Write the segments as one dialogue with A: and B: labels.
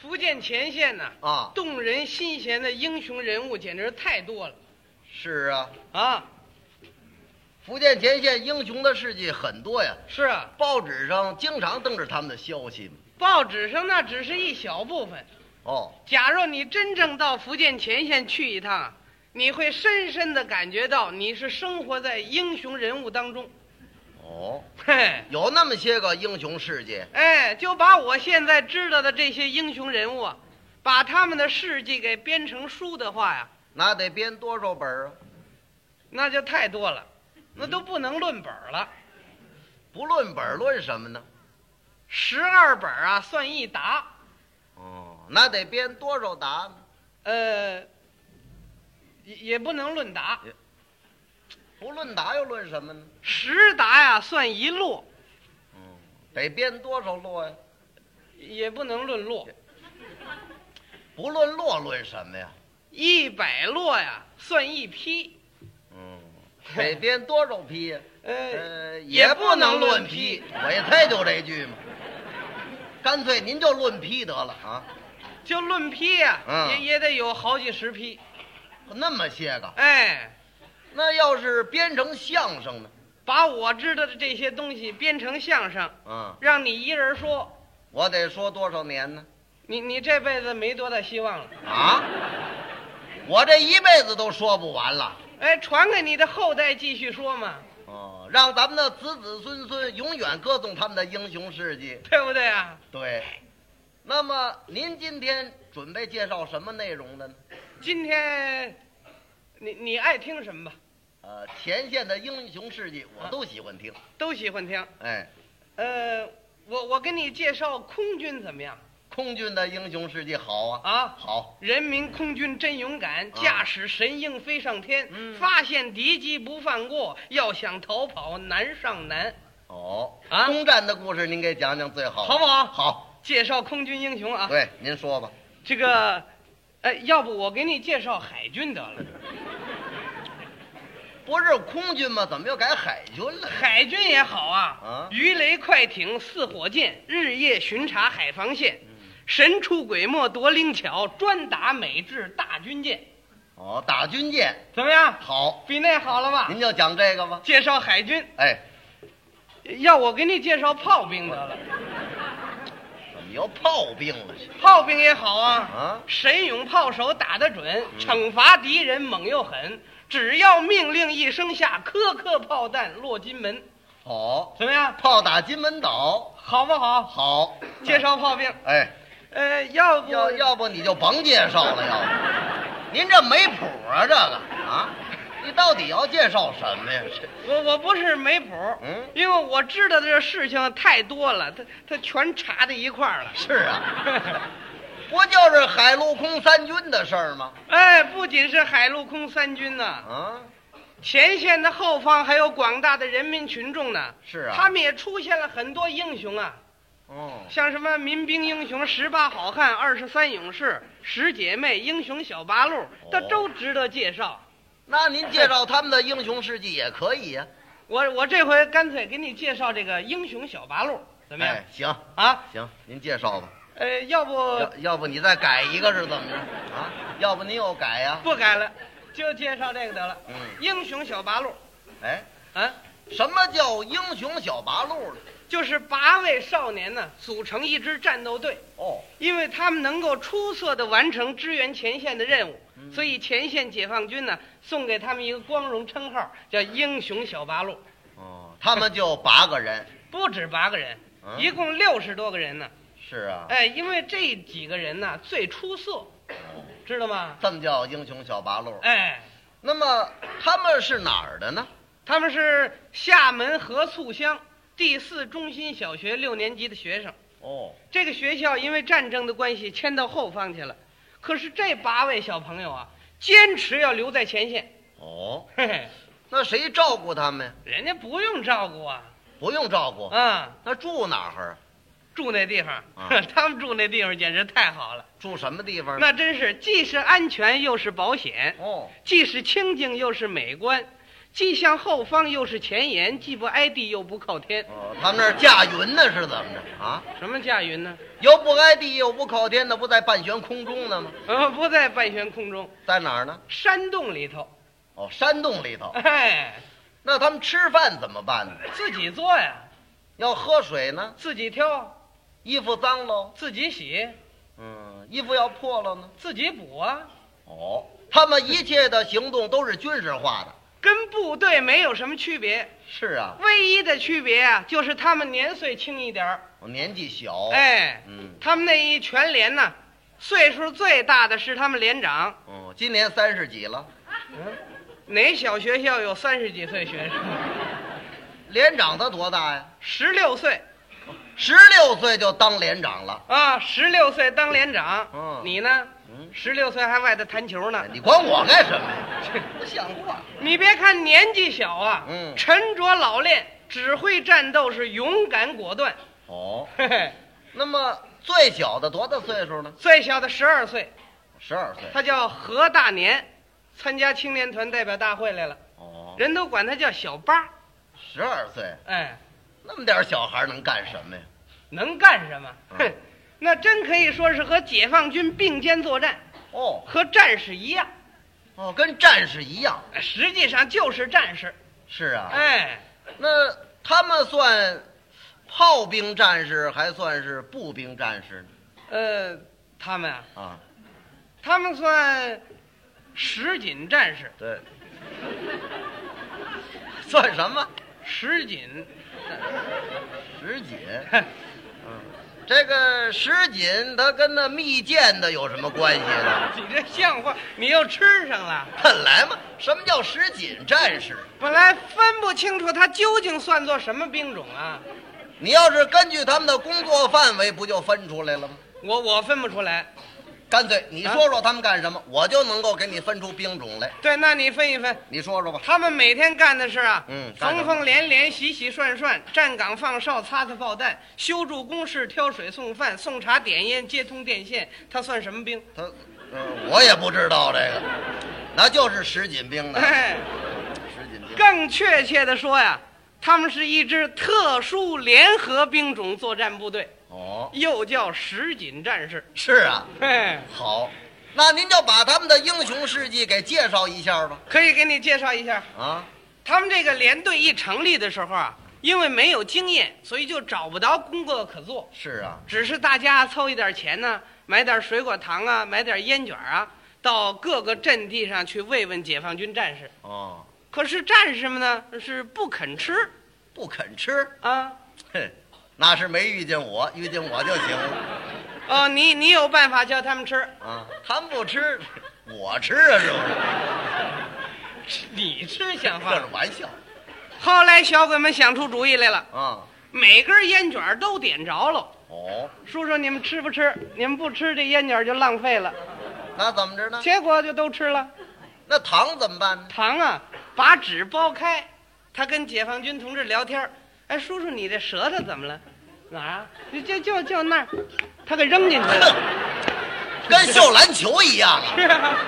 A: 福建前线呐、
B: 啊，
A: 动人心弦的英雄人物简直太多了
B: 是啊，
A: 啊！
B: 福建前线英雄的事迹很多呀，
A: 是啊，
B: 报纸上经常登着他们的消息嘛。
A: 报纸上那只是一小部分。
B: 哦，
A: 假若你真正到福建前线去一趟，你会深深的感觉到你是生活在英雄人物当中。
B: 哦，
A: 嘿，
B: 有那么些个英雄事迹，
A: 哎，就把我现在知道的这些英雄人物啊，把他们的事迹给编成书的话呀，
B: 那得编多少本儿啊？
A: 那就太多了，那都不能论本儿了。
B: 不论本儿，论什么呢？
A: 十二本儿啊，算一沓。
B: 哦，那得编多少答案呢？
A: 呃，也也不能论答，
B: 不论答又论什么呢？
A: 十答呀算一摞，
B: 嗯，得编多少摞呀？
A: 也不能论摞，
B: 不论摞，论什么 呀？
A: 一百摞呀算一批，
B: 嗯，得编多少批呀？
A: 呃，
B: 呃，
A: 也
B: 也
A: 不
B: 不
A: 能
B: 能
A: 论
B: 论
A: 批
B: 批，我一猜就这句嘛。干脆您就论批得了啊，
A: 就论批呀、
B: 嗯
A: 也也得有好几十批，
B: 那么些个。
A: 哎，
B: 那要是编成相声呢？
A: 把我知道的这些东西编成相声，
B: 嗯，
A: 让你一人说，
B: 我得说多少年呢？
A: 你你这辈子没多大希望了，
B: 啊，我这一辈子都说不完了。
A: 哎，传给你的后代继续说嘛，
B: 哦，让咱们的子子孙孙永远歌颂他们的英雄事迹。
A: 对不对啊？
B: 对，那么您今天准备介绍什么内容的呢？
A: 今天，你你爱听什么吧，
B: 呃，前线的英雄事迹我都喜欢听。
A: 都喜欢听。
B: 啊哎，
A: 呃，我我给你介绍空军怎么样
B: 空军的英雄事迹好啊，
A: 啊？
B: 好，
A: 人民空军真勇敢，驾驶神鹰飞上天，
B: 嗯
A: 发现敌机不放过，要想逃跑难上难，
B: 哦，
A: 啊
B: 攻占的故事您给讲讲最好，
A: 好不好
B: 好，
A: 介绍空军英雄啊，
B: 对，您说吧。
A: 这个，呃，要不我给你介绍海军得 了？
B: 不是空军吗？怎么又改海军了？
A: 海军也好啊
B: 啊，
A: 鱼雷快艇、四火箭，日夜巡查海防线，嗯神出鬼没夺灵巧，专打美制大军舰，
B: 哦，打军舰
A: 怎么样？
B: 好，
A: 比那好了吧？
B: 您就讲这个吧。
A: 介绍海军。
B: 哎，
A: 要我给你介绍炮兵得了，
B: 怎么又炮兵了？
A: 炮兵也好啊，
B: 啊，
A: 神勇炮手打得准，惩罚敌人猛又狠，只要命令一声下，颗颗炮弹落金门，
B: 好，
A: 怎么样？
B: 炮打金门岛，
A: 好不好？
B: 好，
A: 介。绍炮兵，
B: 哎，
A: 呃，要不
B: 要要不你就甭介绍了，要不，您这没谱啊，这个啊，你到底要介绍什么呀？这
A: 我我不是没谱，
B: 嗯
A: 因为我知道这事情太多了，他他全查到一块儿 了。
B: 是啊，不就是海陆空三军的事儿吗？
A: 哎，不仅是海陆空三军呐、
B: 啊，
A: 前线的后方还有广大的人民群众呢。
B: 是啊
A: 他们也出现了很多英雄啊，
B: 哦，
A: 像什么民兵英雄、十八好汉、二十三勇士、十姐妹、英雄小八路，这
B: 哦
A: 都值得介绍。
B: 那您介绍他们的英雄事迹也可以啊呀、
A: 我我这回干脆给你介绍这个英雄小八路，怎么样？
B: 哎，行
A: 啊，
B: 行，您介绍吧。
A: 呃，要不
B: 要要不你再改一个是怎么着啊？要不您又改呀、
A: 不改了，就介绍这个得了。
B: 嗯，
A: 英雄小八路，
B: 哎，
A: 啊，
B: 什么叫英雄小八路呢？
A: 就是八位少年呢组成一支战斗队，
B: 哦，
A: 因为他们能够出色的完成支援前线的任务，
B: 嗯
A: 所以前线解放军呢送给他们一个光荣称号，叫“英雄小八路
B: 哦，他们就八个人。”。
A: 不止八个人，
B: 嗯
A: 一共六十多个人呢。
B: 是啊，
A: 哎，因为这几个人呢最出色，
B: 哦
A: 知道吗？
B: 这么叫英雄小八路。
A: 哎，
B: 那么他们是哪儿的呢？
A: 他们是厦门河醋乡第四中心小学六年级的学生。
B: 哦，
A: 这个学校因为战争的关系迁到后方去了，可是这八位小朋友啊，坚持要留在前线。
B: 哦，
A: 嘿嘿，
B: 那谁照顾他们呀？
A: 人家不用照顾啊，
B: 不用照顾，
A: 啊，
B: 那住哪儿啊？
A: 住那地方，
B: 啊
A: 他们住那地方简直太好了，
B: 住什么地方？啊
A: 那真是既是安全又是保险，
B: 哦，
A: 既是清静又是美观，既向后方又是前沿，既不挨地又不靠天。
B: 哦，他们那儿驾云呢是怎么着啊？
A: 什么驾云呢？
B: 又不挨地又不靠天，那不在半悬空中呢吗？
A: 呃，不在半悬空中，
B: 在哪儿呢？
A: 山洞里头。
B: 哦，山洞里头。
A: 哎，
B: 那他们吃饭怎么办呢？
A: 自己做呀，
B: 要喝水呢？
A: 自己挑，
B: 衣服脏喽，
A: 自己洗，
B: 嗯，衣服要破了呢？
A: 自己补啊，
B: 哦，他们一切的行动都是军事化的。
A: 跟部队没有什么区别。
B: 是啊，
A: 唯一的区别啊，就是他们年岁轻一点儿。
B: 我年纪小。，
A: 哎，
B: 嗯，
A: 他们那一全连呢，岁数最大的是他们连长。
B: 哦，今年三十几了，
A: 哪小学校有三十几岁学生？
B: 连长他多大呀？
A: 十六岁
B: 十六岁就当连长了。
A: 啊，十六岁当连长。
B: 嗯
A: 你呢？
B: 嗯，
A: 十六岁还外头弹球呢。
B: 你管我干什么呀？不像话。
A: 你别看年纪小啊，
B: 嗯
A: 沉着老练，指挥战斗是勇敢果断。
B: 哦，
A: 嘿嘿，
B: 那么最小的多大岁数呢？
A: 最小的十二岁，
B: 十二岁。
A: 他叫何大年，参加青年团代表大会来了，
B: 哦，
A: 人都管他叫小八。
B: 十二岁，
A: 哎，
B: 那么点小孩能干什么呀？
A: 能干什么？
B: 嗯
A: 哼，那真可以说是和解放军并肩作战，
B: 哦
A: 和战士一样，
B: 哦，跟战士一样。
A: 实际上就是战士。
B: 是啊。
A: 哎，
B: 那他们算炮兵战士，还算是步兵战士呢？
A: 呃，他们啊，
B: 啊，
A: 他们算实锦战士，
B: 对，算什么？
A: 实锦。
B: 十锦。这个十锦，它跟那蜜饯的有什么关系呢？
A: 你这像话，你又吃上了。
B: 本来嘛，什么叫十锦战士？
A: 本来分不清楚他究竟算作什么兵种啊，
B: 你要是根据他们的工作范围，不就分出来了吗？
A: 我我分不出来。
B: 干脆你说说他们干什么，我就能够给你分出兵种来。
A: 对，那你分一分，
B: 你说说吧。
A: 他们每天干的事啊，
B: 嗯干什么
A: 缝缝连连，洗洗涮涮，站岗放哨，擦擦炮弹，修筑工事，挑水送饭，送茶点烟，接通电线，他算什么 兵？
B: 他，呃，我也不知道这个，那就是石锦兵啊的，
A: 哎，
B: 石锦兵。
A: 更确切的说呀，他们是一支特殊联合兵种作战部队，
B: 哦，
A: 又叫实锦战士。
B: 是啊，
A: 哎，
B: 好，那您就把他们的英雄事迹给介绍一下吧。
A: 可以给你介绍一下。
B: 啊，
A: 他们这个连队一成立的时候啊，因为没有经验，所以就找不着工作可做，
B: 是啊，
A: 只是大家凑一点钱呢、买点水果糖啊，买点烟卷啊，到各个阵地上去慰问解放军战士。
B: 哦，
A: 可是战士们呢是不肯吃
B: 不肯吃，
A: 啊。
B: 哼，那是没遇见我，遇见我就行了。
A: 哦，你你有办法叫他们吃？
B: 啊，他们不吃，我吃啊，是 不是？
A: 你吃像
B: 这
A: 话
B: 是
A: 吗？
B: 玩笑
A: 后来小鬼们想出主意来了，
B: 啊。
A: 每根烟卷都点着了。
B: 哦，
A: 叔叔，你们吃不吃？你们不吃这烟卷就浪费了。
B: 那怎么着呢？
A: 结果就都吃了。
B: 那糖怎么办呢？
A: 糖啊，把纸剥开，他跟解放军同志聊天儿哎，叔叔，你这舌头怎么了？哪儿啊？就就就就那儿，他给扔进去了。
B: 跟绣篮球一样啊。
A: 是啊，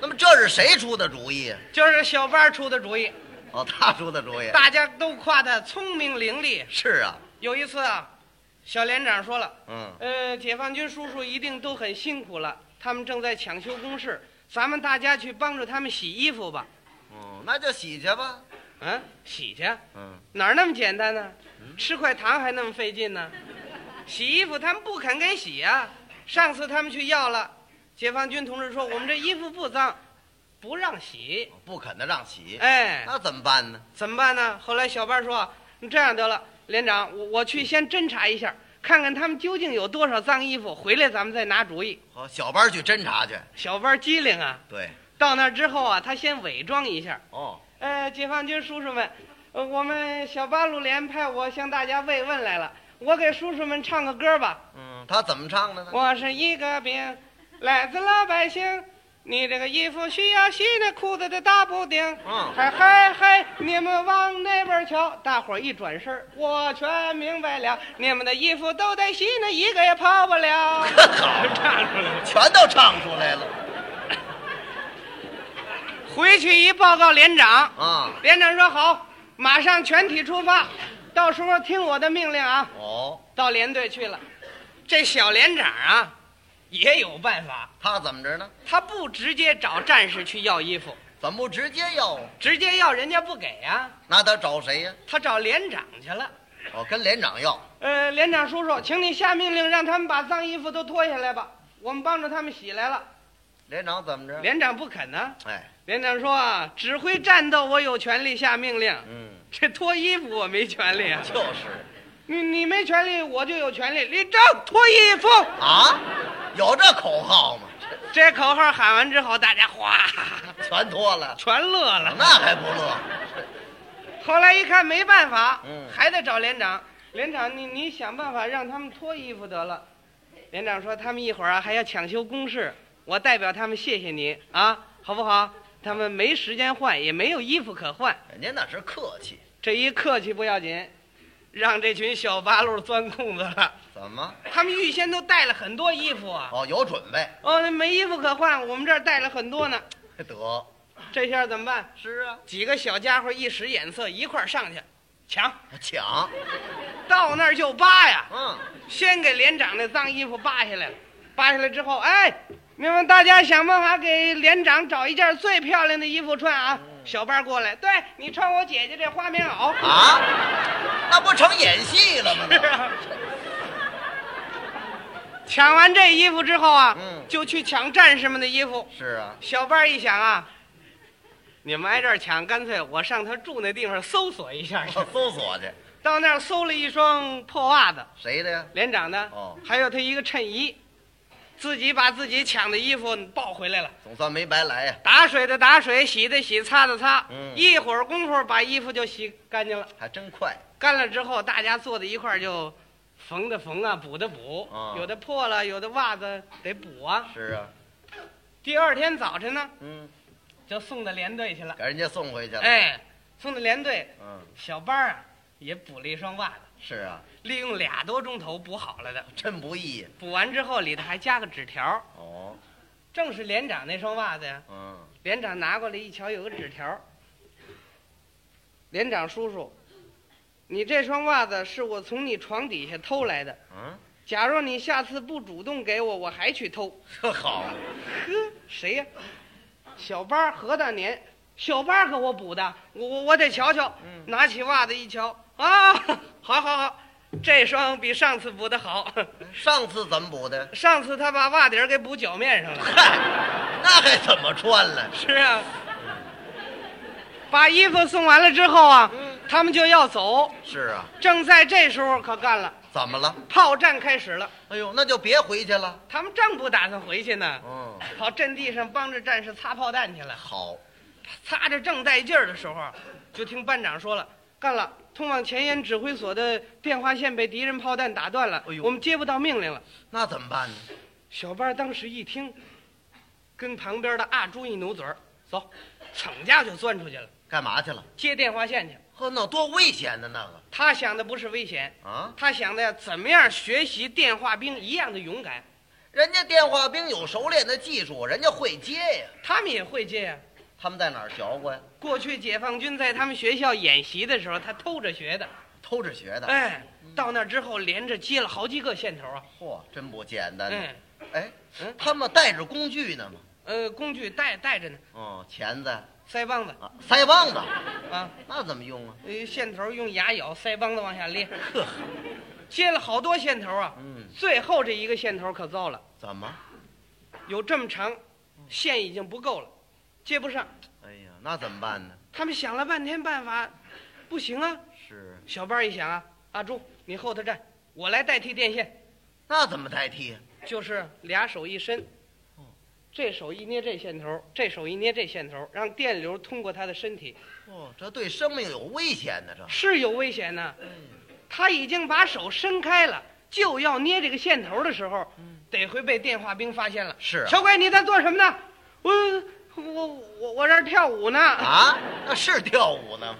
B: 那么这是谁出的主意啊？
A: 就是小八出的主意，
B: 哦，他出的主意。
A: 大家都夸他聪明伶俐。
B: 是啊，
A: 有一次啊，小连长说了，
B: 嗯，
A: 呃，解放军叔叔一定都很辛苦了，他们正在抢修工事，咱们大家去帮助他们洗衣服吧。
B: 哦，那就洗去吧。
A: 啊，洗去。
B: 嗯，
A: 哪儿那么简单呢、吃块糖还那么费劲呢、洗衣服他们不肯给洗啊。上次他们去要了，解放军同志说我们这衣服不脏，不让洗。
B: 哦不肯的让洗，
A: 哎，
B: 那怎么办呢？
A: 怎么办呢？后来小班说，你这样得了，连长，我我去先侦查一下，看看他们究竟有多少脏衣服，回来咱们再拿主意。
B: 好，小班去侦查去。
A: 小班机灵啊，
B: 对，
A: 到那儿之后啊，他先伪装一下，
B: 哦，
A: 呃，解放军叔叔们，呃，我们小八路连派我向大家慰问来了，我给叔叔们唱个歌吧。
B: 嗯，他怎么唱的呢？
A: 我是一个兵，来自老百姓。你这个衣服需要洗，那裤子的打补丁。
B: 嗯
A: 嗨嗨嗨，你们往那边瞧。大伙儿一转身儿，我全明白了，你们的衣服都得洗，那一个也跑不了。
B: 好，
A: 唱出来了。
B: 全都唱出来了。
A: 回去一报告连长，
B: 啊，
A: 连长说好，马上全体出发，到时候听我的命令啊。
B: 哦，
A: 到连队去了，这小连长啊，也有办法，
B: 他怎么着呢？
A: 他不直接找战士去要衣服，
B: 怎么不直接要啊？
A: 直接要人家不给啊，
B: 那他找谁呀、
A: 他找连长去了。
B: 哦，跟连长要。
A: 呃，连长叔叔，请你下命令，让他们把脏衣服都脱下来吧，我们帮着他们洗来了。
B: 连长怎么着？
A: 连长不肯呢、
B: 哎，
A: 连长说啊，指挥战斗我有权利下命令，
B: 嗯，
A: 这脱衣服我没权利啊。
B: 就是
A: 你你没权利，我就有权利。立正，脱衣服。
B: 啊，有这口号吗？
A: 这口号喊完之后，大家哗，
B: 全脱了，
A: 全乐了。
B: 那还不乐？
A: 后来一看没办法，
B: 嗯
A: 还得找连长。连长，你你想办法让他们脱衣服得了。连长说他们一会儿啊还要抢修工事，我代表他们谢谢你啊，好不好？他们没时间换，也没有衣服可换。
B: 人家那是客气，
A: 这一客气不要紧，让这群小八路钻空子了。
B: 怎么？
A: 他们预先都带了很多衣服啊，
B: 哦，有准备，
A: 哦，那没衣服可换，我们这儿带了很多呢。
B: 得
A: 这下怎么办？
B: 是啊，
A: 几个小家伙一使眼色，一块儿上去抢，
B: 抢，
A: 到那儿就扒呀。
B: 嗯，
A: 先给连长那脏衣服扒下来了，扒下来之后，哎，你们大家想办法给连长找一件最漂亮的衣服穿啊！小班过来，对你穿我姐姐这花棉袄。
B: 啊，那不成演戏了吗？那
A: 抢完这衣服之后啊，
B: 嗯
A: 就去抢战士们的衣服。
B: 是啊，
A: 小班一想啊，你们挨这儿抢，干脆我上他住那地方搜索一下去。
B: 我搜索去，
A: 到那儿搜了一双破袜子，
B: 谁的呀？
A: 连长的，
B: 哦
A: 还有他一个衬衣，自己把自己抢的衣服抱回来了。
B: 总算没白来呀、
A: 打水的打水，洗的洗，擦的擦，
B: 嗯
A: 一会儿功夫把衣服就洗干净了。
B: 还真快。
A: 干了之后，大家坐在一块儿就缝的缝啊，补的补，
B: 啊
A: 有的破了，有的袜子得补啊。
B: 是啊，
A: 第二天早晨呢，
B: 嗯，
A: 就送到连队去了。
B: 给人家送回去了。，
A: 哎，送到连队，
B: 嗯，
A: 小班儿啊也补了一双袜子，
B: 是啊，
A: 利用俩多钟头补好了的。
B: 真不易呀。
A: 补完之后，里头还加个纸条，
B: 哦，
A: 正是连长那双袜子呀。
B: 嗯，
A: 连长拿过来一瞧，有个纸条儿。连长叔叔，你这双袜子是我从你床底下偷来的。
B: 嗯，
A: 假若你下次不主动给我，我还去偷。
B: 这好，
A: 呵，谁呀、小班儿何大年，小班儿给我补的，我我我得瞧瞧。
B: 嗯
A: 拿起袜子一瞧，啊，好好好，这双比上次补的好。
B: 上次怎么补的？
A: 上次他把袜底儿给补脚面上了。
B: 嗨，那还怎么穿了？
A: 是啊，把衣服送完了之后啊，
B: 嗯
A: 他们就要走。
B: 是啊，
A: 正在这时候，可干了，
B: 怎么了？
A: 炮战开始了。
B: 哎呦，那就别回去了。
A: 他们正不打算回去呢，
B: 嗯，
A: 跑阵地上帮着战士擦炮弹去了。
B: 好，
A: 擦着正带劲儿的时候，啊就听班长说了：“干了，通往前沿指挥所的电话线被敌人炮弹打断了
B: 哎，呦
A: 我们接不到命令了。
B: 那怎么办呢？”
A: 小班当时一听，跟旁边的阿朱一努嘴儿，走，噌家就钻出去了，
B: 干嘛去了？
A: 接电话线去。
B: 呵，那多危险的那个
A: 他想的不是危险，
B: 啊！
A: 他想的呀，怎么样学习电话兵一样的勇敢。
B: 人家电话兵有熟练的技术，人家会接呀。
A: 他们也会接呀、
B: 他们在哪儿学过呀？
A: 过去解放军在他们学校演习的时候，他偷着学的。
B: 偷着学的。
A: 哎，到那之后连着接了好几个线头啊。
B: 嚯，真不简单呢。
A: 嗯，
B: 哎
A: 嗯，
B: 他们带着工具呢吗？
A: 呃，工具带带着呢，
B: 哦，钳子啊，
A: 腮帮子
B: 腮帮子，
A: 啊，
B: 那怎么用啊？
A: 呃，线头用牙咬，腮帮子往下咧，接了好多线头啊。
B: 嗯，
A: 最后这一个线头可糟了，
B: 怎么？
A: 有这么长，线已经不够了，接不上。
B: 哎呀，那怎么办呢？
A: 他们想了半天办法，不行啊。
B: 是，
A: 小班一想啊，阿朱，你后头站，我来代替电线，
B: 那怎么代替？啊
A: 就是俩手一伸
B: 哦，
A: 这手一捏这线头，这手一捏这线头，让电流通过他的身体，
B: 哦，这对生命有危险的，这
A: 是有危险呢。他已经把手伸开了，就要捏这个线头的时候，得会被电话兵发现了。
B: 是啊
A: 小鬼，你在做什么呢？我我我我这儿跳舞呢。
B: 啊，那是跳舞呢吗？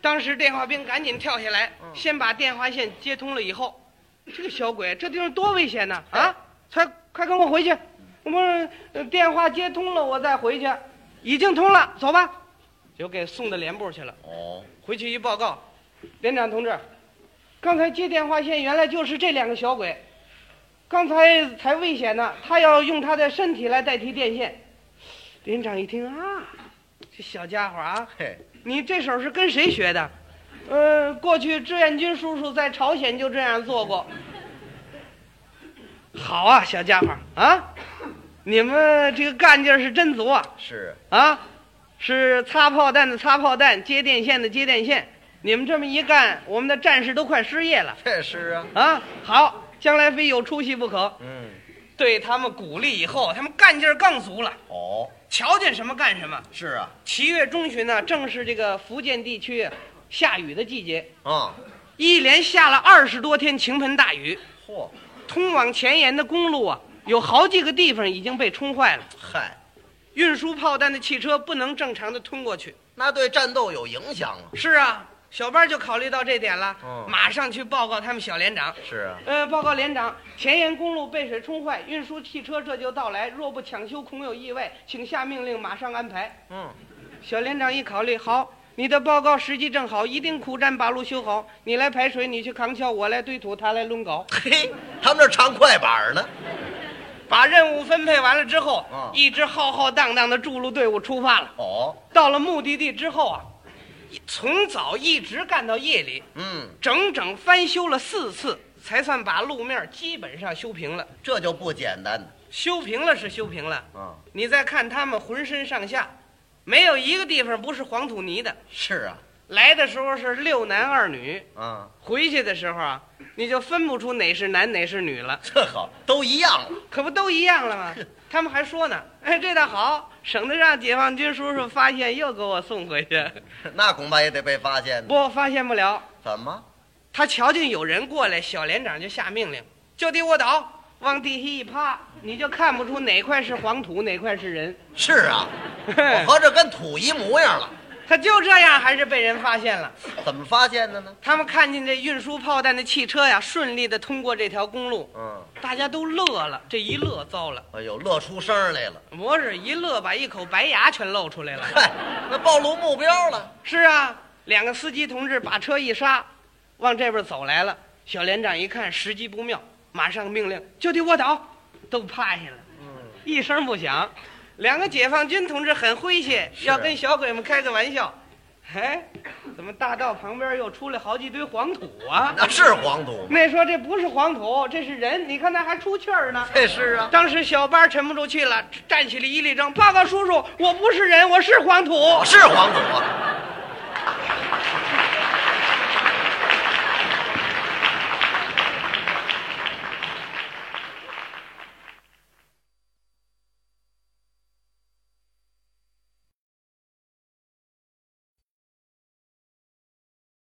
A: 当时电话兵赶紧跳下来，
B: 嗯
A: 先把电话线接通了以后，这个小鬼，这地方多危险呐！啊，快快跟我回去，我们呃电话接通了，我再回去。已经通了，走吧。就给送到连部去了。
B: 哦，
A: 回去一报告，连长同志，刚才接电话线原来就是这两个小鬼，刚才才危险呢，他要用他的身体来代替电线。连长一听啊，这小家伙啊，
B: 嘿，
A: 你这手是跟谁学的？呃，过去志愿军叔叔在朝鲜就这样做过。好啊，小家伙啊，你们这个干劲儿是真足啊！
B: 是
A: 啊，是擦炮弹的擦炮弹，接电线的接电线。你们这么一干，我们的战士都快失业了
B: 这是啊，
A: 啊！好，将来非有出息不可。
B: 嗯，
A: 对他们鼓励以后，他们干劲儿更足了，
B: 哦，
A: 瞧见什么干什么。
B: 是啊，
A: 七月中旬呢，正是这个福建地区下雨的季节，
B: 啊，
A: 一连下了二十多天倾盆大雨，
B: 嚯，
A: 通往前沿的公路啊，有好几个地方已经被冲坏了，
B: 嗨，
A: 运输炮弹的汽车不能正常的通过去。
B: 那对战斗有影响啊。
A: 是啊，小班就考虑到这点了，
B: 嗯
A: 马上去报告他们小连长。
B: 是啊，
A: 呃，报告连长，前沿公路被水冲坏，运输汽车这就到来，若不抢修，恐有意外，请下命令，马上安排。
B: 嗯，
A: 小连长一考虑，好，你的报告时机正好，一定苦战把路修好。你来排水，你去扛锹，我来堆土，他来抡镐。
B: 嘿，他们这唱快板呢。
A: 把任务分配完了之后，
B: 嗯
A: 一支浩浩荡荡的筑路队伍出发了。
B: 哦，
A: 到了目的地之后啊，从早一直干到夜里，
B: 嗯，
A: 整整翻修了四次，才算把路面基本上修平了。
B: 这就不简单呢。
A: 修平了是修平了，
B: 啊，
A: 你再看他们浑身上下，没有一个地方不是黄土泥的。
B: 是啊，
A: 来的时候是六男二女，
B: 啊，
A: 回去的时候啊，你就分不出哪是男哪是女了，
B: 这好，都一样了。
A: 可不都一样了吗？他们还说呢，哎，这倒好，省得让解放军叔叔发现，又给我送回去。
B: 那恐怕也得被发现呢。
A: 不，发现不了。
B: 怎么？
A: 他瞧见有人过来，小连长就下命令：就地卧倒，往地下一趴，你就看不出哪块是黄土，哪块是人。
B: 是啊，我合着跟土一模样了。
A: 他就这样，还是被人发现了。
B: 怎么发现的呢？
A: 他们看见这运输炮弹的汽车呀，顺利的通过这条公路，
B: 嗯，
A: 大家都乐了。这一乐，糟了，
B: 哎呦，乐出声儿来了。
A: 不是一乐，把一口白牙全露出来了。
B: 嗨，那暴露目标了。
A: 是啊，两个司机同志把车一刹，往这边走来了。小连长一看时机不妙，马上命令就地卧倒，都趴下了，一声不响。两个解放军同志很诙谐，
B: 是
A: 要跟小鬼们开个玩笑。哎，怎么大道旁边又出来好几堆黄土 啊？
B: 那是黄土吗？
A: 那说这不是黄土，这是人，你看那还出气儿呢。
B: 这是啊。
A: 当时小班沉不住气了，站起来一立正，报告叔叔，我不是人，我是黄土。
B: 我是黄土啊。